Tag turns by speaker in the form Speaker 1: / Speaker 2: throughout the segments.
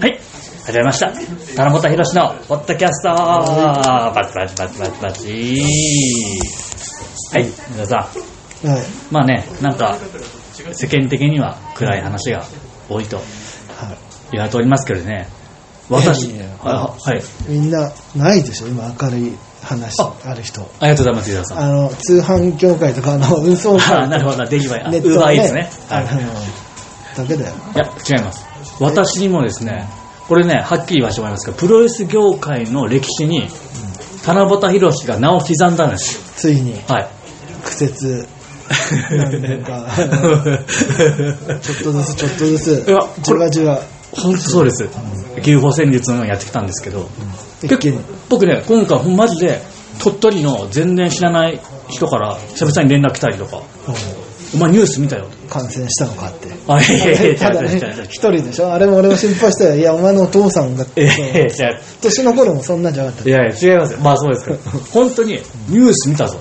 Speaker 1: はい、始まりました。田中宏のポッドキャストバチバチバチバチバチはい、皆さん。
Speaker 2: はい。
Speaker 1: まあね、なんか、世間的には暗い話が多いと
Speaker 2: は
Speaker 1: 言われておりますけどね。私、
Speaker 2: いやいや
Speaker 1: あはい、
Speaker 2: い。みんな、ないでしょ今、明るい話ある人。
Speaker 1: ありがとうございます、伊沢さん。
Speaker 2: あの、通販業界とか、あの、運送業
Speaker 1: あ
Speaker 2: 界
Speaker 1: なるほど、出来栄え。
Speaker 2: ネッ
Speaker 1: う
Speaker 2: ト
Speaker 1: ま
Speaker 2: の
Speaker 1: いですね。
Speaker 2: あ
Speaker 1: はい
Speaker 2: の、だけだよ。
Speaker 1: いや、違います。私にもですね、これね、はっきり言わせてもらいますけど、プロレス業界の歴史に、田中宏が名を刻んだんですよ。
Speaker 2: ついに、
Speaker 1: はい。
Speaker 2: 苦節、なんか、ちょっとずつ、ちょっとず
Speaker 1: いや
Speaker 2: つ、じわじわ、
Speaker 1: 本当そうです。牛歩戦術のようにやってきたんですけど、
Speaker 2: 一気に。
Speaker 1: 僕ね、今回ほんマジで、鳥取の全然知らない人から久々に連絡来たりとか、
Speaker 2: うん
Speaker 1: お前ニュース見たよと。
Speaker 2: 感染したのかって。
Speaker 1: あ、いやいやいや、
Speaker 2: ただ
Speaker 1: 違う違
Speaker 2: ね
Speaker 1: う違う違う、
Speaker 2: 一人でしょあれも俺も心配したよ。いや、お前のお父さんが、
Speaker 1: いやいやいや違う
Speaker 2: 年の頃もそんなんじゃなかった
Speaker 1: い。やいや違いますよ。まあそうですけど、本当にニュース見たぞ。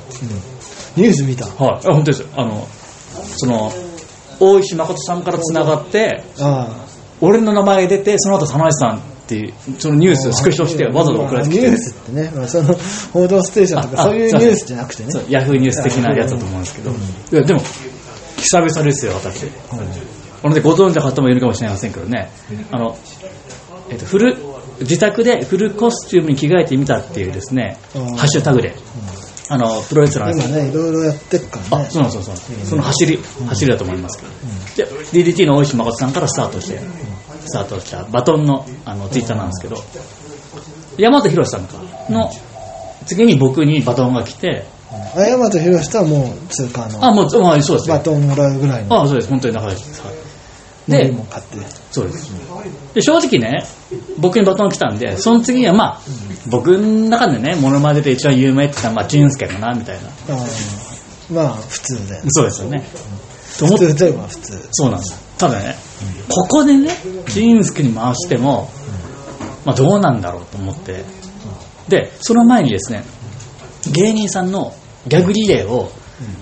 Speaker 2: ニュース見た。
Speaker 1: はい、あ本当ですよあのその大石誠さんからつながって
Speaker 2: あ
Speaker 1: 俺の名前出てその後田中さんっていうそのニュース
Speaker 2: あ
Speaker 1: をスクショしてわざわざ送られてき
Speaker 2: ニュ
Speaker 1: て
Speaker 2: ースってね、まあ、その報道ステーションとかそういうニュースじゃなくてね
Speaker 1: そうヤフーニュース的なやつだと思うんですけど、いやでも久々ですよ私なのでご存知の方もいるかもしれませんけどねあの、えっとフル自宅でフルコスチュームに着替えてみたっていうですね、
Speaker 2: うん
Speaker 1: ハッシュタグで、あのプロレスラーの
Speaker 2: 今ねいろいろやってるから
Speaker 1: あ、
Speaker 2: ね
Speaker 1: そうなんですよそうなんですその走り、走りだと思いますけど。じゃあ DDT の大石誠さんからスタートして、スタートしたバトンのあのツイッターなんですけど、山本博さんかの次に僕にバトンが来て、
Speaker 2: 綾本博士とはもう通貨の
Speaker 1: あ、もう、まあ、そうです
Speaker 2: バ
Speaker 1: よ。
Speaker 2: トンもらうぐらいの
Speaker 1: あ、そうです。本当に仲良しです。はい
Speaker 2: ノリ
Speaker 1: で
Speaker 2: も、買って
Speaker 1: そうです。で、正直ね、僕にバトンが来たんで、その次にはまあ、僕の中でね、モノマネで一番有名って言ったら、まあ、淳介かな、みたいな。
Speaker 2: あーまあ普通で
Speaker 1: そうですよね。と思
Speaker 2: 普
Speaker 1: って
Speaker 2: 通では普通
Speaker 1: そうなんです。ただね、ここでね、ジーンスクに回しても、まあどうなんだろうと思って。で、その前にですね、芸人さんのギャグリレーを、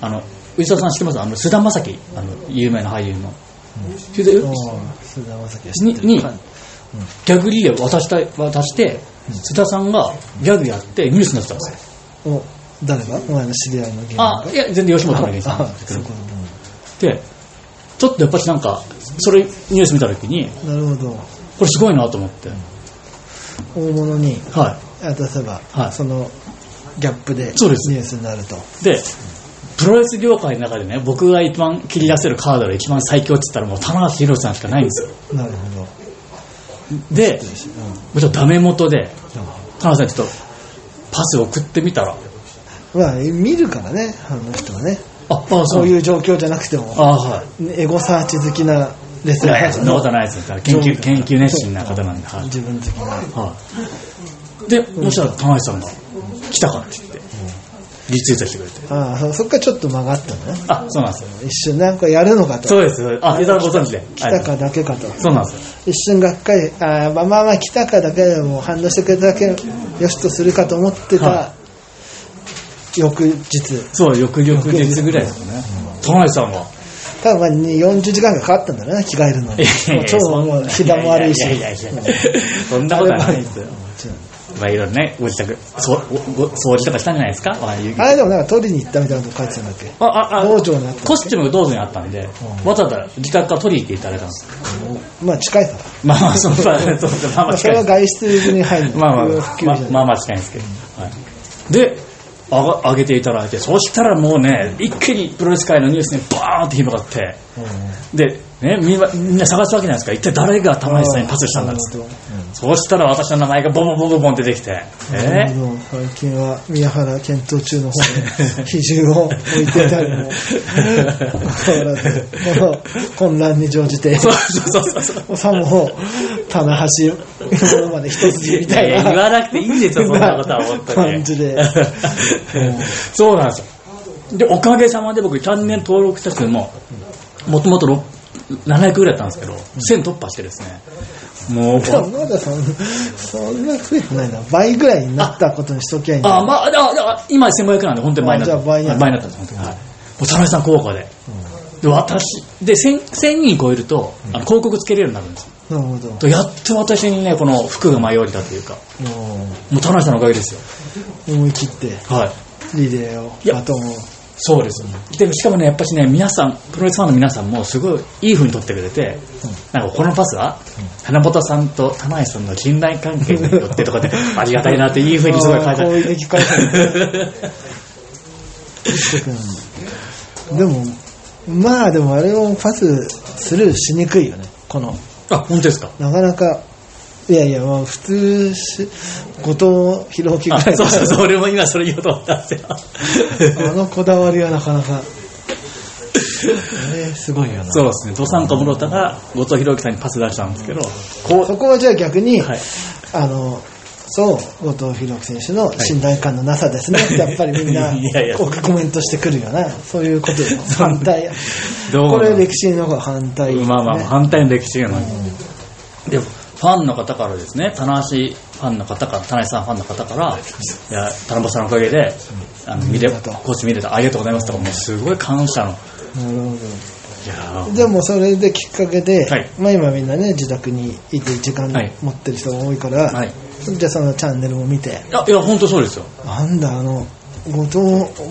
Speaker 1: あの、内田さん知ってますあの、菅田将暉、あの、有名な俳優の。それで
Speaker 2: あー菅田将暉は知
Speaker 1: に
Speaker 2: ってる
Speaker 1: に、ギャグリレーを渡した、渡して、菅田さんがギャグやってニュースになってたんですよ。
Speaker 2: お誰がお前の知り合いの芸人が
Speaker 1: あ、いや、全然吉本の芸人さんなんですけ
Speaker 2: そ
Speaker 1: ど
Speaker 2: こ
Speaker 1: で、ちょっとやっぱりなんか、それニュース見たときに、
Speaker 2: うんなるほど
Speaker 1: これすごいなと思って。
Speaker 2: 大物に
Speaker 1: はい。
Speaker 2: 渡せば、
Speaker 1: はい
Speaker 2: そのギャップでニュ
Speaker 1: そうです
Speaker 2: ースになると
Speaker 1: で、プロレス業界の中でね、僕が一番切り出せるカードで一番最強って言ったらもう棚橋宏さんしかないんですよ。
Speaker 2: なるほど
Speaker 1: で、ちょっとダメ元で、
Speaker 2: うん
Speaker 1: 棚橋さんにちょっとパス送ってみたら、
Speaker 2: まあ、見るからね、あの人はね。
Speaker 1: あ、あ
Speaker 2: そう
Speaker 1: う。
Speaker 2: いう状況じゃなくても、
Speaker 1: あはい。
Speaker 2: エゴサーチ好きなレス
Speaker 1: い
Speaker 2: ラ
Speaker 1: やい
Speaker 2: ー
Speaker 1: や、そんなことないですよ。研究、研究熱心な方なんで、はい。
Speaker 2: 自分好きな。
Speaker 1: はい、で、もしたら棚橋さんが来たからって言って、リツイートしてくれて。
Speaker 2: ああ、そそっからちょっと曲がったのね。
Speaker 1: あ、そうなんですよ。
Speaker 2: 一瞬なんかやるのかと。
Speaker 1: そうです。あ、枝ご存知で。
Speaker 2: 来たかだけかと。
Speaker 1: そうなんですよ。
Speaker 2: 一瞬がっかり、ああ、まあまあまあ来たかだけでも反応してくれただけ、よしとするかと思って
Speaker 1: は
Speaker 2: た、翌日。
Speaker 1: そう、翌々日ぐらいですかね。棚橋さんは、
Speaker 2: ただまあに40時間がかかったんだろうね、着替えるの
Speaker 1: いや
Speaker 2: に
Speaker 1: いやい。
Speaker 2: もう
Speaker 1: や
Speaker 2: 超もう膝も悪いし。
Speaker 1: いやいやいやいや
Speaker 2: うん
Speaker 1: そんなことはないですよ。
Speaker 2: もちろん
Speaker 1: まあいろいろね、ご自宅、そうごご掃除とかしたんじゃないですかああいう
Speaker 2: あれでもなんか取りに行ったみたいなこと書いてたんだっけ
Speaker 1: あ、あ、あ、
Speaker 2: 道場にあった
Speaker 1: コスチュームが道場にあったんで、わざわざ自宅から取りに行っていただいたんですよ。
Speaker 2: まあ近いから。
Speaker 1: まあまあ、そうまあそうですまあまあ
Speaker 2: まあ、そ
Speaker 1: 近い
Speaker 2: れ
Speaker 1: で
Speaker 2: は
Speaker 1: す。
Speaker 2: 外出に入る。
Speaker 1: まあまあ
Speaker 2: 不及
Speaker 1: ま
Speaker 2: 者
Speaker 1: あ、まあまあ近いんですけど。はい、で、あが上げていただいて、そしたらもうね、一気にプロレス界のニュースにバーンって広がって、で、ね、みんなみんな探すわけじゃないですか。一体誰が玉井さんにパスしたんだっつって。そうしたら私の名前がボンボンボンボンボンって出てきて、
Speaker 2: なる
Speaker 1: え
Speaker 2: ほど最近は宮原検討中の方に比重を置いてい たりも、変わらず、この混乱に乗じて、
Speaker 1: そうそうそうそう。
Speaker 2: さも、棚橋、今のまで一筋み
Speaker 1: い
Speaker 2: た
Speaker 1: やい
Speaker 2: い
Speaker 1: や、言
Speaker 2: な。
Speaker 1: わなくていいんですよ、そんなことは、本当に。
Speaker 2: 感じで
Speaker 1: そうなんですよ。で、おかげさまで僕、チャンネル登録者数も、もともと700ぐらいだったんですけど、1000突破してですね。もう、
Speaker 2: まだそんな、そんな増えてないな。倍ぐらいになったことにしときゃいいんだ
Speaker 1: あ、まあ、ああ今1500なんで、本当に倍になった。
Speaker 2: あじゃあ倍になった
Speaker 1: はいんです、本当に。はい。もう、田辺さん効果で。で、私、で、1000, 1000人超えると、あの広告つけれるようになるんですよ。
Speaker 2: なるほど。
Speaker 1: とやっと私にね、この服が舞い降りたというか、もう田中さんのおかげですよ。
Speaker 2: 思い切って、
Speaker 1: はい。
Speaker 2: リレーを
Speaker 1: い、や
Speaker 2: バトンを。
Speaker 1: そうです。で、しかもね、やっぱしね、皆さん、プロレスファンの皆さんもすごいいい風に撮ってくれて、なんかこのパスは、花本さんと田内さんの信頼関係によってとか で、ありがたいなっていい風にすごい書いてあ
Speaker 2: あー好意
Speaker 1: る。
Speaker 2: 的解釈でも、まあでもあれをパススルーしにくいよね。この、
Speaker 1: あ、本当ですか
Speaker 2: なかなか。いやいや、まあ普通し、後藤弘樹 ぐ
Speaker 1: あ
Speaker 2: らいだ
Speaker 1: そうそうそう、俺も今それ言おうと思ったんですよ。
Speaker 2: あのこだわりはなかなか。ね、すごいよな。
Speaker 1: そうですね、ドサンコ室田が後藤弘樹さんにパス出したんですけど、こう、
Speaker 2: そこはじゃあ逆に、
Speaker 1: はい
Speaker 2: あの、そう、後藤弘樹選手の信頼感のなさですね、やっぱりみんな
Speaker 1: いやいや
Speaker 2: こうコメントしてくるよな、そういうこと よ、反対、
Speaker 1: どう
Speaker 2: こ
Speaker 1: な
Speaker 2: れ
Speaker 1: の
Speaker 2: 歴史の反対ですね、
Speaker 1: まあまあ、反対の歴史がない。でも、ファンの方からですね、田橋ファンの方から、田橋さんファンの方から、いや、田中さんのおかげで、あの、見れ、
Speaker 2: ありがとう
Speaker 1: コーチ見れた、ありがとうございますとか、もうすごい感謝の。い
Speaker 2: なるほ
Speaker 1: や
Speaker 2: ど、
Speaker 1: ー
Speaker 2: でもそれできっかけで、
Speaker 1: はい
Speaker 2: まあ今みんなね、自宅にいて時間
Speaker 1: はい
Speaker 2: 持ってる人が多いから、
Speaker 1: はい
Speaker 2: じゃあそのチャンネルも見て、
Speaker 1: いや、いや、本当そうですよ。
Speaker 2: なんだあの、後藤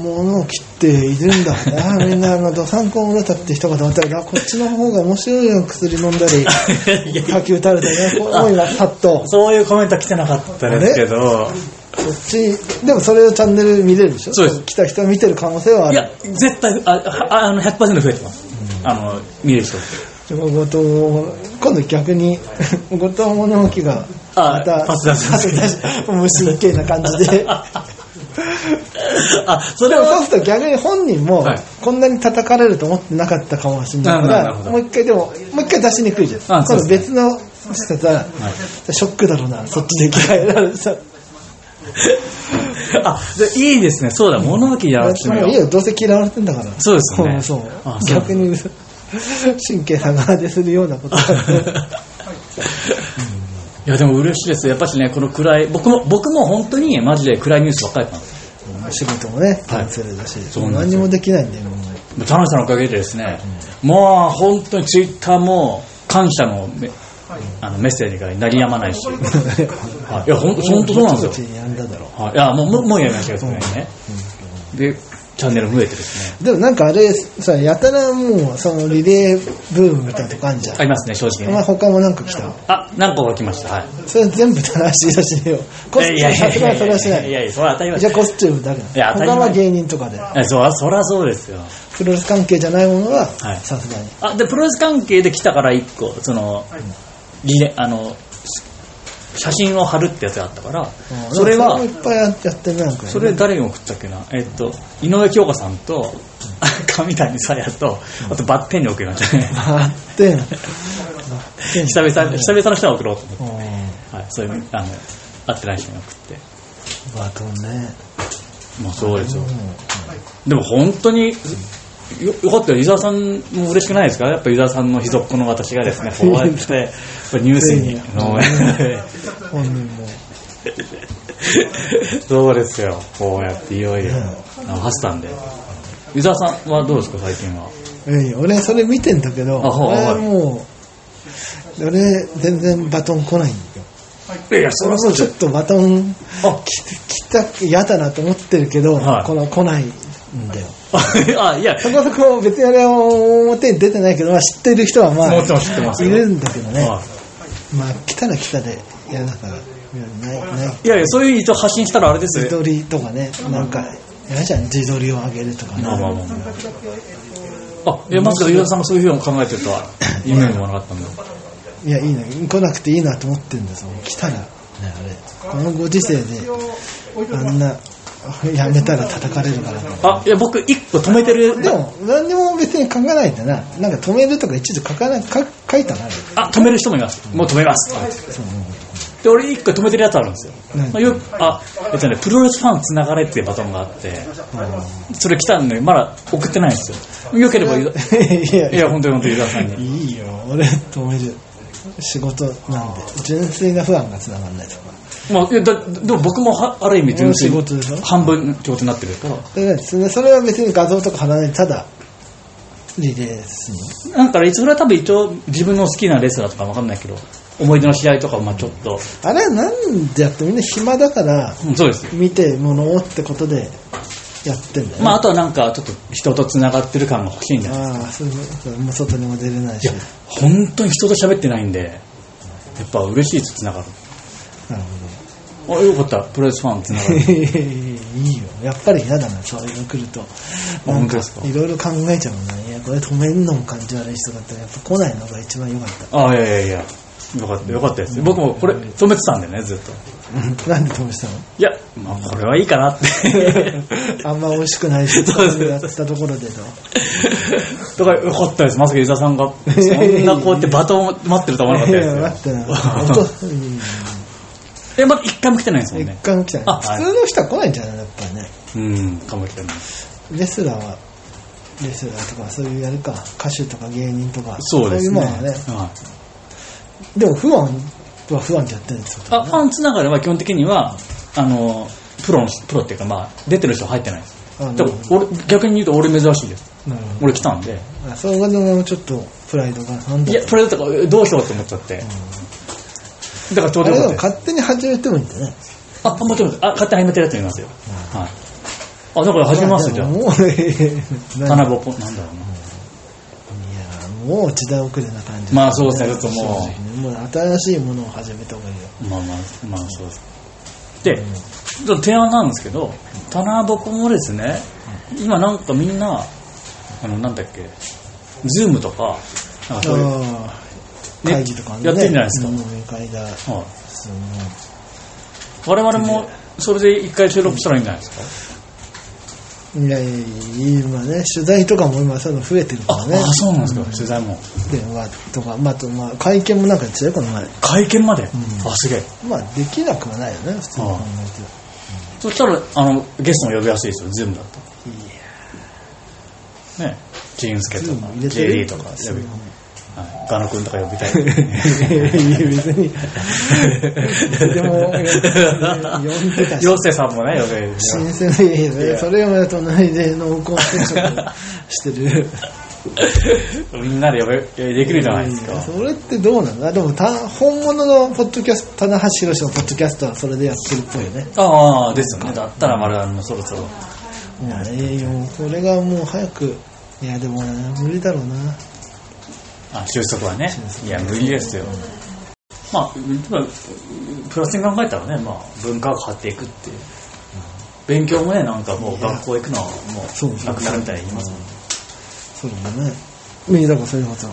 Speaker 2: 物を切っているんだな、 みんなあの、どさんこもろたって人かと思ったら、こっちの方が面白いよ、薬飲んだり。
Speaker 1: いや いや
Speaker 2: 卓球打たれてね、こう思いがさっと。
Speaker 1: そういうコメントは来てなかったですけど、
Speaker 2: そっち、でもそれをチャンネル見れるでしょ
Speaker 1: そうです
Speaker 2: 来た人は見てる可能性はいあ
Speaker 1: や
Speaker 2: る。、
Speaker 1: 絶対、あ、ああの、100%増えてます。あの、見る人。
Speaker 2: でも後藤、今度逆に、 後藤物置が、
Speaker 1: あ
Speaker 2: また、
Speaker 1: パス出す
Speaker 2: パス出し無神経な感じ で。
Speaker 1: あ、そ
Speaker 2: で
Speaker 1: れ
Speaker 2: も
Speaker 1: は、
Speaker 2: そうすると逆に本人も
Speaker 1: はい、
Speaker 2: こんなに叩かれると思ってなかったかもしれないか
Speaker 1: なるほど
Speaker 2: ら、
Speaker 1: なるほど
Speaker 2: もう一回でも、もう一回出しにくいじゃん。
Speaker 1: あそう
Speaker 2: 今
Speaker 1: で
Speaker 2: 度
Speaker 1: すね
Speaker 2: 別の人だったら、ショックだろうな、そっちで着替えられたら。
Speaker 1: あ、でいいですね。そうだ、物置やらせてみ
Speaker 2: も
Speaker 1: よ
Speaker 2: う
Speaker 1: う
Speaker 2: いい。よ、どうせ嫌われてんだから。
Speaker 1: そうですよね
Speaker 2: そう
Speaker 1: あ
Speaker 2: そう。
Speaker 1: そう
Speaker 2: 逆に、神経逆上でするようなことなんで
Speaker 1: いやでも嬉しいです、やっぱしね、この暗い、僕も僕も本当にマジで暗いニュースばっかりだったんです、
Speaker 2: 仕事もね、キャンセルだし、もう何にもできないんだよ、もう
Speaker 1: 田辺さんのおかげでですね、もう本当にツイッターも感謝のメあのメッセージが鳴りやまないし、はいいや、本当本当そうなんで
Speaker 2: ぼ
Speaker 1: す
Speaker 2: ち
Speaker 1: よ、
Speaker 2: ぼちにやんだだろ
Speaker 1: はい、いやもうもうもうやめなきゃいけないね、で、チャンネル増えてですね、
Speaker 2: う。でもなんかあれさ、やたらもう、そのリレーブームみたいなとこあんじゃん
Speaker 1: あ。りますね、正直
Speaker 2: まあ
Speaker 1: ね、
Speaker 2: 他もなんか来た。
Speaker 1: あ何個か来ました、はい、
Speaker 2: それ全部正しいらしいよ。コスチュ
Speaker 1: い
Speaker 2: ー
Speaker 1: や
Speaker 2: ム、
Speaker 1: いや
Speaker 2: さす
Speaker 1: い
Speaker 2: が
Speaker 1: や
Speaker 2: にそれはしないい。
Speaker 1: やいや、それは当たり前
Speaker 2: じゃあコスチューム誰
Speaker 1: いや
Speaker 2: だ
Speaker 1: 当たり
Speaker 2: 他
Speaker 1: 前
Speaker 2: は芸人とかで。
Speaker 1: えそらそらそうですよ。
Speaker 2: プロレス関係じゃないものは、
Speaker 1: はい
Speaker 2: さすがに。
Speaker 1: あでプロレス関係で来たから1個その、リレあのし写真を貼るってやつがあったから
Speaker 2: うん
Speaker 1: それは
Speaker 2: でもそれもいっぱいやってるねなんかね。
Speaker 1: それ誰に送ったっけなえっと井上京香さん と上谷さやとあとバッテンに送りましたね
Speaker 2: あって、
Speaker 1: 久々久々の人が送ろうと思っ
Speaker 2: うん、
Speaker 1: て、はい、そういうあの会ってない人に送って
Speaker 2: バトンね。
Speaker 1: まあそうですよでも本当によよかったよ、伊沢さんも嬉しくないですか、やっぱ伊沢さんの秘蔵っ子の私がです ね、こうやって、やっぱニュースに、
Speaker 2: 本人も。
Speaker 1: そうですよ、こうやっていよいよ流したんで。伊沢さんはどうですか、最近は。
Speaker 2: ええ俺、それ見てんだけど、
Speaker 1: あほう
Speaker 2: 俺はもう、俺、全然バトン来ないんだよ。
Speaker 1: いや、そ
Speaker 2: 俺もちょっとバトン
Speaker 1: あ、
Speaker 2: 来たく嫌だなと思ってるけど、
Speaker 1: はい
Speaker 2: この来ないんだよ。
Speaker 1: あ、いや、
Speaker 2: そこそこ別にあれは表に出てないけど、まあ、知ってる人はまあ、
Speaker 1: もちろん知ってます
Speaker 2: い
Speaker 1: よ
Speaker 2: るんだけどね。
Speaker 1: は
Speaker 2: まあ、来たら来たで嫌だから、ない、ない。
Speaker 1: いいやいや、そういう意図を発信したらあれです
Speaker 2: 自
Speaker 1: よ。
Speaker 2: 撮りとかね、なんか、嫌じゃん、自撮りを上げるとかね。
Speaker 1: まあまあまあまあ。あ、いや、まさか伊沢さんがそういうふうに考えてるとは、夢にもなかったんだ。
Speaker 2: いや、いいね。来なくていいなと思ってるんですよ。来たら、ね、あれ。このご時世で、あんな、やめたら叩かれるから。
Speaker 1: あ、いや、僕、一個止めてる。
Speaker 2: でも、何にも別に書かないんだな。なんか止めるとか一時書かない、書書いたな。あれ
Speaker 1: あ、止める人もいます。もう止めます。で、俺一回止めてるやつあるんですよ。
Speaker 2: 何
Speaker 1: まあ、よあ、えっとね、プロレスファンつながれっていうバトンがあって、それ来たんで、まだ送ってないんですよ。よければ、いい
Speaker 2: いやいや、
Speaker 1: や、本当に本当に、伊沢さんに。
Speaker 2: いいよ。俺、止める。仕事なんで、純粋な不安が繋がんないとか。
Speaker 1: まあ、いやだでも僕もはある意味純粋
Speaker 2: もう仕事でしょ
Speaker 1: 半分仕事になってるから。
Speaker 2: それそれは別に画像とか貼らないでただ、リレーですね。
Speaker 1: だから、それは多分一応自分の好きなレスラーとかわかんないけど、思い出の試合とか、まあちょっと、
Speaker 2: あれはなんでやってみんな暇だから、
Speaker 1: うんそうです。
Speaker 2: 見てものをってことでやってんだよ、ね。
Speaker 1: まああとはなんか、ちょっと人と繋がってる感が欲しいんじゃない
Speaker 2: ああ、そういうこともう外にも出れない
Speaker 1: い
Speaker 2: し
Speaker 1: や。、本当に人と喋ってないんで、やっぱ嬉しいです、繋がる。
Speaker 2: なるほ
Speaker 1: あ、よかった、プロレスファン繋が
Speaker 2: ど。
Speaker 1: る。
Speaker 2: いいよ。やっぱり嫌だな、そういうの来ると。なん
Speaker 1: 本当ですか
Speaker 2: いろいろ考えちゃうもんね。いや、これ止めんのも感じ悪い人だったら、やっぱ来ないのが一番良かっ
Speaker 1: あ、いやいやいや、よかった、よかったです。僕もこれ、止めてたんだよね、ずっと。
Speaker 2: た。なんで止めてたの
Speaker 1: いや、まあこれはいいかなって。
Speaker 2: あんま美味しくないし、
Speaker 1: そうそうそう
Speaker 2: やったところで と。
Speaker 1: だからよかったです。まさか伊沢さんが、そんなこうやってバトンを待ってるとは思わなか
Speaker 2: いや
Speaker 1: ったで
Speaker 2: 待っ て
Speaker 1: すよ。
Speaker 2: な。音うん
Speaker 1: え、まだ一回も来てないんですもん
Speaker 2: 一
Speaker 1: ね。
Speaker 2: 回も来た
Speaker 1: あ
Speaker 2: 普通の人は来ないんじゃないやっぱりね。
Speaker 1: うん、一回も来てない。
Speaker 2: レスラーは、レスラーとかそういうやるか、歌手とか芸人とか、
Speaker 1: そうですね。
Speaker 2: いものはね。
Speaker 1: はい
Speaker 2: でも、不安は不安じゃってるんですよ。
Speaker 1: あファンつながりは基本的にはあのプロのプロっていうか、まあ、出てる人は入ってないです
Speaker 2: あ
Speaker 1: でも俺逆に言うと俺珍しいです
Speaker 2: なるほ
Speaker 1: 俺来たんで
Speaker 2: ど。あそれがでもちょっとプライドが、なん
Speaker 1: い
Speaker 2: だ
Speaker 1: やプロレスとかえどうしようと思っちゃってだからちょ
Speaker 2: あ
Speaker 1: うど
Speaker 2: れ
Speaker 1: よ
Speaker 2: で
Speaker 1: か
Speaker 2: も
Speaker 1: ったです
Speaker 2: 勝手に始めてもいいんだね。
Speaker 1: ああもちろんですあ勝手に始めてるやついますよ、はいあだから始めますよじゃ
Speaker 2: あ
Speaker 1: あ
Speaker 2: でももう、い
Speaker 1: 田
Speaker 2: や、
Speaker 1: 辺ポなんだろうな
Speaker 2: もう時代遅れな感じ、
Speaker 1: まあそうですねちょっともう
Speaker 2: 正直ねもう新しいものを始めた方がいいよ。
Speaker 1: まあまあまあそうですで、ちょっと提案なんですけど棚ぼこもですね今なんかみんなあのなんだっけズームとかなんかそういう
Speaker 2: ああ
Speaker 1: ね
Speaker 2: 会議とかね。
Speaker 1: やってんじゃないですか
Speaker 2: うん会だ。
Speaker 1: はい
Speaker 2: その
Speaker 1: 我々もそれで一回収録したらいいんじゃないです
Speaker 2: いやいやいや今ね、取材とかも今、そういうの増えてるか
Speaker 1: か、
Speaker 2: らね。
Speaker 1: ああそうなんですか、取材も
Speaker 2: 電話とか、まあ、あと、まあ、会見もなんか違うこの前。
Speaker 1: 会見まで、あすげえ
Speaker 2: まあ、できなくはないよね、普通に考
Speaker 1: そしたらあのゲストも呼びやすいですよズームだと
Speaker 2: えて。いや
Speaker 1: ねジンスケ
Speaker 2: ズ
Speaker 1: と
Speaker 2: ーム
Speaker 1: か
Speaker 2: 入れて
Speaker 1: J
Speaker 2: る
Speaker 1: リーとか呼び、はい、ガノ君とか呼びたい
Speaker 2: いや別に、でも、呼んでたし、
Speaker 1: 陽セさんもね呼べる
Speaker 2: 新鮮でいいね。それを隣で濃厚接触してる。
Speaker 1: みんなで呼べできるじゃないですか
Speaker 2: やそれってどうなんだでもた、本物のポッドキャスト、棚橋宏のポッドキャストはそれでやってるっぽいよね。
Speaker 1: ああですよねだったら丸あのそろそろ
Speaker 2: いや、いやもうこれがもう早く、いや、でもな、無理だろうな。
Speaker 1: あ収束はねいや無理ですよまあうんまあプラスに考えたらね、まあ、文化が変わっていくっていう勉強もねなんかもう学校行くのはも
Speaker 2: そうそう
Speaker 1: う
Speaker 2: そ
Speaker 1: な
Speaker 2: う
Speaker 1: くなるみたいに言いますもんね
Speaker 2: そうだね。右だからそれこそ、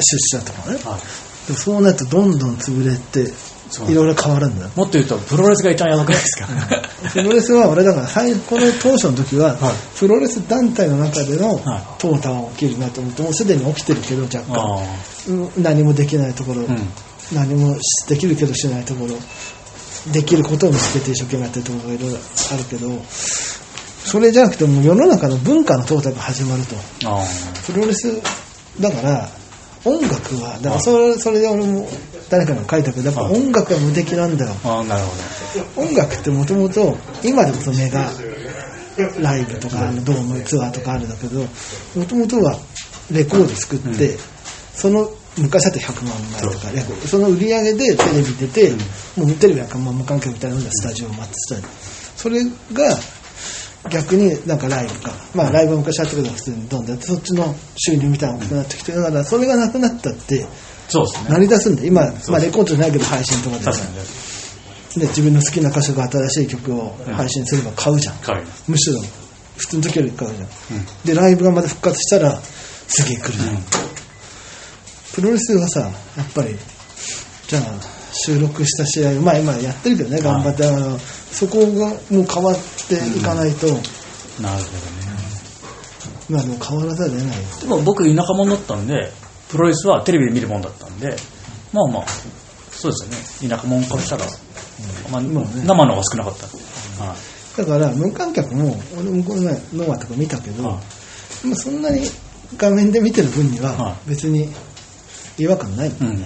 Speaker 2: 出社とかね。
Speaker 1: はい
Speaker 2: でもそうなるとどんどん潰れて
Speaker 1: そう、
Speaker 2: いろいろ変わるんだよ。
Speaker 1: もっと言うとプロレスが一番やばくないですかは
Speaker 2: プロレスは俺だから最この当初の時は、
Speaker 1: はい
Speaker 2: プロレス団体の中での
Speaker 1: はい
Speaker 2: 淘汰は起きるなと思ってもうすでに起きてるけど若
Speaker 1: あ
Speaker 2: 干うん何もできないところ、
Speaker 1: ん
Speaker 2: 何もしできるけどしないところできることを見つけて一生懸命やってるところがいろいろあるけどそれじゃなくてもう世の中の文化の淘汰が始まると。
Speaker 1: ああ
Speaker 2: プロレスだから音楽はだからそれそれで俺も誰かが書いたけどやっぱ音楽は無敵なんだよ
Speaker 1: ああなるほ
Speaker 2: 音楽ってもともと今でこそメガライブとかあのドームツアーとかあるんだけどもともとはレコード作って、その昔だって100万枚とかレコードその売り上げでテレビ出て、もうテレビはまあ無観客みたいなのでスタジオを待ってたりそれが逆になんかライブか、まあ、ライブは昔あったけど普通にどんどんやってそっちの収入みたいなのがなくなってきてだからそれがなくなったって
Speaker 1: どそうですね
Speaker 2: 成り立つんで今、まあ、レコードじゃないけど配信とかで
Speaker 1: 確かにね
Speaker 2: で自分の好きな歌手が新しい曲を配信すれば買うじゃん、
Speaker 1: 変わります
Speaker 2: むしろ普通の時より買うじゃん、でライブがまた復活したらすげえ来るじゃん、プロレスはさやっぱりじゃあ収録した試合まあ今やってるけどね頑張って、あのそこがもう変わっていかないと、
Speaker 1: なるほどね
Speaker 2: まあでも変わらざるを得ないよ
Speaker 1: でも僕田舎者だったんでプロレスはテレビで見るもんだったんでまあまあそうですよね田舎者からしたら、まあ
Speaker 2: ね
Speaker 1: 生の方が少なかった、はい
Speaker 2: だから無観客も俺もこの前ノアとか見たけど、
Speaker 1: は
Speaker 2: でもそんなに画面で見てる分に
Speaker 1: は
Speaker 2: は別に違和感ない、
Speaker 1: うん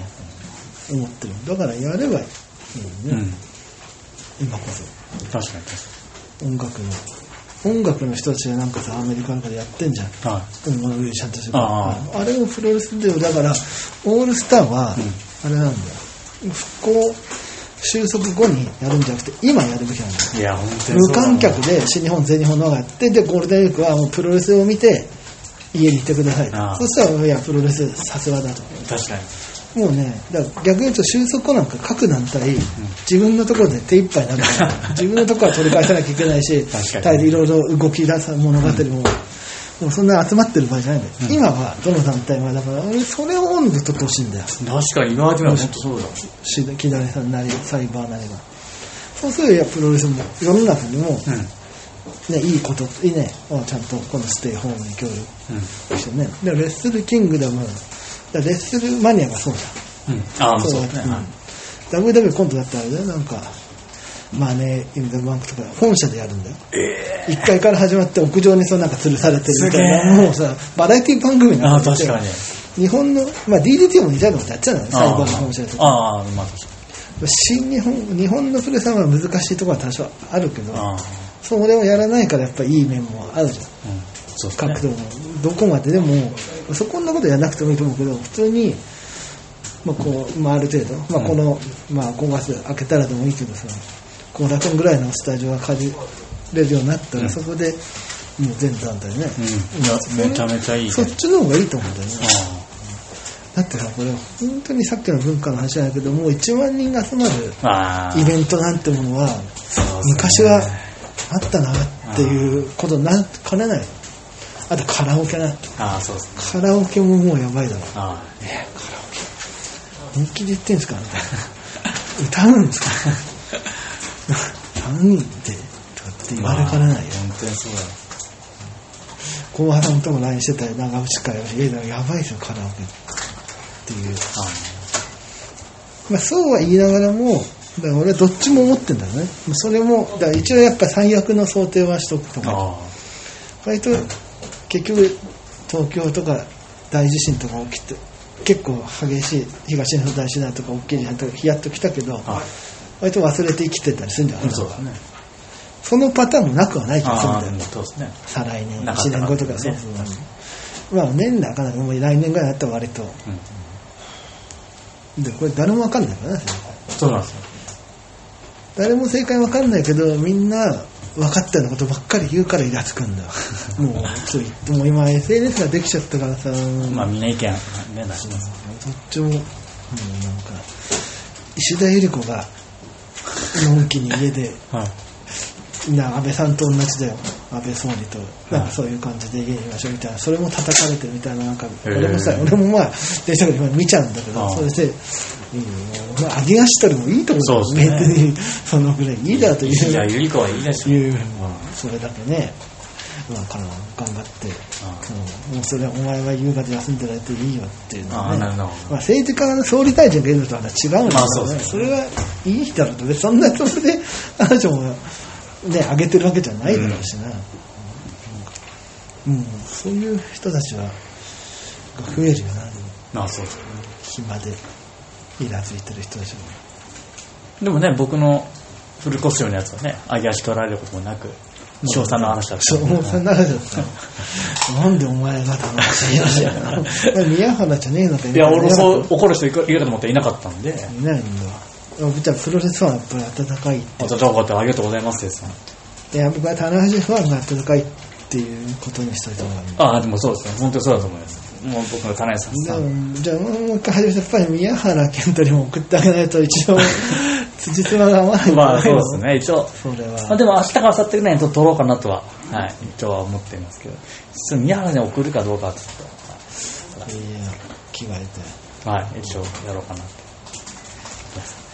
Speaker 2: 思ってるだからやればいいよ
Speaker 1: う
Speaker 2: ね、
Speaker 1: ん、
Speaker 2: 今こそ
Speaker 1: 確かに
Speaker 2: 音楽の音楽の人たちがなんかさアメリカなんかでやってんじゃん
Speaker 1: はい
Speaker 2: うんミュージシャンとして
Speaker 1: あ
Speaker 2: あれもプロレスだよだからオールスターはあれなんだよ、復興収束後にやるんじゃなくて今やるべきなんだよ
Speaker 1: いや、本当に
Speaker 2: 無
Speaker 1: そうだな
Speaker 2: 観客で新日本全日本の方がやってでゴールデンウィークはもうプロレスを見て家にいてください
Speaker 1: ああ
Speaker 2: そしたらいやプロレスさすがだと
Speaker 1: 確かに。
Speaker 2: もうねだから逆に言うと収束後なんか各団体、自分のところで手一 杯なんだから自分のところは取り返さなきゃいけないし
Speaker 1: 確かに
Speaker 2: 大体いろいろ動き出す物語も、でもそんな集まってる場合じゃないんだよ、今はどの団体もだから俺それを温度とってほしいんだよ
Speaker 1: 確かに、今までは本当そうだ。
Speaker 2: し木谷さんなりサイバーなりがそうするといやプロレスも世の中にも、
Speaker 1: う
Speaker 2: ね、いいこといいねをちゃんとこのステイホームに協力
Speaker 1: ん。うん。
Speaker 2: してねでレッスルキングダムだからレッスルマニアがそうじゃん
Speaker 1: うん。ああ、そうだね。
Speaker 2: だ、うん、WW 今度だったらねなんかマネーインザバンクとか本社でやるんだよ
Speaker 1: え
Speaker 2: 1階から始まって屋上にそうなんか吊るされてるみたい
Speaker 1: すげ
Speaker 2: な
Speaker 1: え
Speaker 2: もうさバラエティ番組に
Speaker 1: え。あ
Speaker 2: な
Speaker 1: あ、
Speaker 2: ってて
Speaker 1: 確かに。
Speaker 2: 日本の、まあ、DDT も似たようなことやっちゃうのよねサイバーの本社でとか
Speaker 1: ああ、まあ確かに。
Speaker 2: 新日本日本のプレスは難しいところは多少あるけど
Speaker 1: ああ。
Speaker 2: それをやらないからやっぱいい面もあるじゃん
Speaker 1: うん。そうだね
Speaker 2: 角度もどこまででもそこんなことやらなくてもいいと思うけど普通に、まあこうまあ、ある程度、まあこのまあ、5月明けたらでもいいけどさ後楽園ぐらいのスタジオが借りれるようになったら、
Speaker 1: うん
Speaker 2: そこでもう全団体
Speaker 1: う
Speaker 2: ね、
Speaker 1: ん。いや、めちゃめちゃいいね。
Speaker 2: そっちの方がいいと思うんだよね
Speaker 1: ああ。
Speaker 2: だってさこれ本当にさっきの文化の話じゃないけどもう1万人が集まる
Speaker 1: ああ
Speaker 2: イベントなんてものは昔はあったなっていうことになかねないあとカラオケな
Speaker 1: ああそうですね
Speaker 2: カラオケももうやばいだろ
Speaker 1: あ
Speaker 2: 本気で言ってんすかみたいな歌うんすかなんでとかって
Speaker 1: あ
Speaker 2: 言われかねないよ
Speaker 1: 本当にそうだよ
Speaker 2: 後輩さんとも LINE してたり長渕会よりえだやばいですよカラオケっていう、
Speaker 1: あ
Speaker 2: まあ、そうは言いながらもだから俺はどっちも思ってんだよねもうそれもだから一応やっぱ最悪の想定はしとくと
Speaker 1: あ
Speaker 2: か
Speaker 1: あ
Speaker 2: 割と結局東京とか大地震とか起きて結構激しい東日本大震災とか大きい地震とかヒヤッときたけど
Speaker 1: あ
Speaker 2: 割と忘れて生きてたりするんじゃない
Speaker 1: そうだね
Speaker 2: そのパターンもなくはない気がするん
Speaker 1: あ
Speaker 2: だよ
Speaker 1: あ
Speaker 2: ね
Speaker 1: そうですね
Speaker 2: 再来年
Speaker 1: な
Speaker 2: 1
Speaker 1: かった
Speaker 2: 年後とか
Speaker 1: ね
Speaker 2: そうそうまあ年なかなかもう来年ぐらいだったら割
Speaker 1: う
Speaker 2: と
Speaker 1: ん
Speaker 2: でこれ誰も分かんないからな
Speaker 1: そうなんですよ
Speaker 2: 誰も正解分かんないけどみんな分かったようなことばっかり言うからイラつ くんだよもうちょっともう今 SNS ができちゃったからさ、
Speaker 1: まあみんな意見ね出します
Speaker 2: どっちも、うん、なんか、石田ゆり子が、のんきに家で、
Speaker 1: はい
Speaker 2: な安倍さんと同じだよ、安倍総理と、なんかそういう感じで家にいましょうみたいな、それも叩かれてみたいな、なんか、
Speaker 1: へー
Speaker 2: 俺もさ、俺もまあ、電車で今見ちゃうんだけど、
Speaker 1: ああ
Speaker 2: それで、うん、まあ、揚げ足取りもいいと思う
Speaker 1: そ
Speaker 2: ん
Speaker 1: う
Speaker 2: だ
Speaker 1: ですね
Speaker 2: よ別に、そのぐらいいいだという。
Speaker 1: いやゆり子はいいでしょ
Speaker 2: いうそれだけね、まあ、から頑張って、
Speaker 1: ああ
Speaker 2: そのもうそれはお前は夕方休んでられていいよっていうの
Speaker 1: あ
Speaker 2: は
Speaker 1: あ
Speaker 2: ね、
Speaker 1: なるほど
Speaker 2: まあ、政治家の総理大臣がいるのとはまた違うんだけどね、
Speaker 1: まあそうですね
Speaker 2: それはいい人だろうと、別にそんなつもりで彼女もね、上げてるわけじゃないだろうしな、うんそういう人たちはが増えるよな、でも
Speaker 1: まあそうですね
Speaker 2: 暇でイラついてる人たちも。
Speaker 1: でもね僕のフルコスチュームのやつはね揚げ足取られることもなく翔さんの話だった
Speaker 2: そう、もうそんな話だったの。なんでお前が楽しい話やな。宮原じゃねえのか
Speaker 1: いや俺そうう怒る人いるかと思ったらいなかったんで
Speaker 2: いないんだ。じゃあプロレスファンはやっぱり温かい。
Speaker 1: あとどうかってありがとうございますです
Speaker 2: で、やっぱり棚橋ファンが温かいっていうことにしといた方がいい。
Speaker 1: ああでもそうですね本当にそうだと思いますもう僕の金井さん
Speaker 2: で
Speaker 1: さん
Speaker 2: もじゃあもう一回始めてやっぱり宮原健太にも送ってあげないと一応辻褄が合わない
Speaker 1: まあそうですね一応
Speaker 2: それ
Speaker 1: まあ、
Speaker 2: は
Speaker 1: でも明日か明後日ぐらいにと撮ろうかなとは、はい、一応は思っていますけど、ちょっと宮原に送るかどうかはちょ
Speaker 2: いいや着替えて
Speaker 1: っと、はい、一応やろうかなと思います。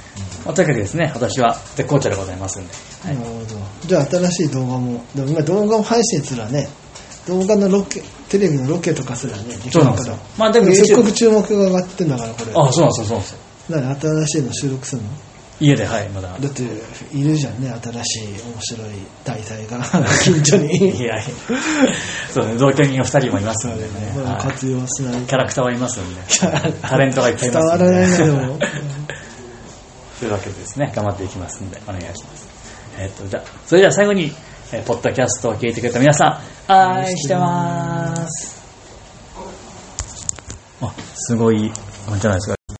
Speaker 1: まあ、というわけでですね、私は絶好調でございますんで、
Speaker 2: なるほど。じゃあ新しい動画も、でも今動画を配信すらね、動画のロケ、テレビのロケとかすらね、でき
Speaker 1: そうなん
Speaker 2: か
Speaker 1: ですよ
Speaker 2: ら。
Speaker 1: まあでも
Speaker 2: せっかく注目が上がってんだから、これ。
Speaker 1: あそうなんですよ、そうなんですよ。
Speaker 2: 何新しいの収録するの
Speaker 1: 家で、はい、まだ。
Speaker 2: だって、いるじゃんね、新しい面白い題材 が、近所
Speaker 1: い
Speaker 2: に。
Speaker 1: やいや、そうね、同居人が2人もいます
Speaker 2: そ
Speaker 1: の
Speaker 2: う
Speaker 1: で
Speaker 2: だ
Speaker 1: ね
Speaker 2: ね、まあ
Speaker 1: は
Speaker 2: 活用しない
Speaker 1: い、キャラクターはいますんで、 タレントがいっぱいい
Speaker 2: 伝
Speaker 1: ます
Speaker 2: わ
Speaker 1: んで
Speaker 2: らないな、でも。
Speaker 1: というわけでですね、頑張っていきますんで、お願いします。えっと、じゃあ、それでは最後に、えーポッドキャストを聞いてくれた皆さん、愛してます。あ、すごい、あれじゃないですか。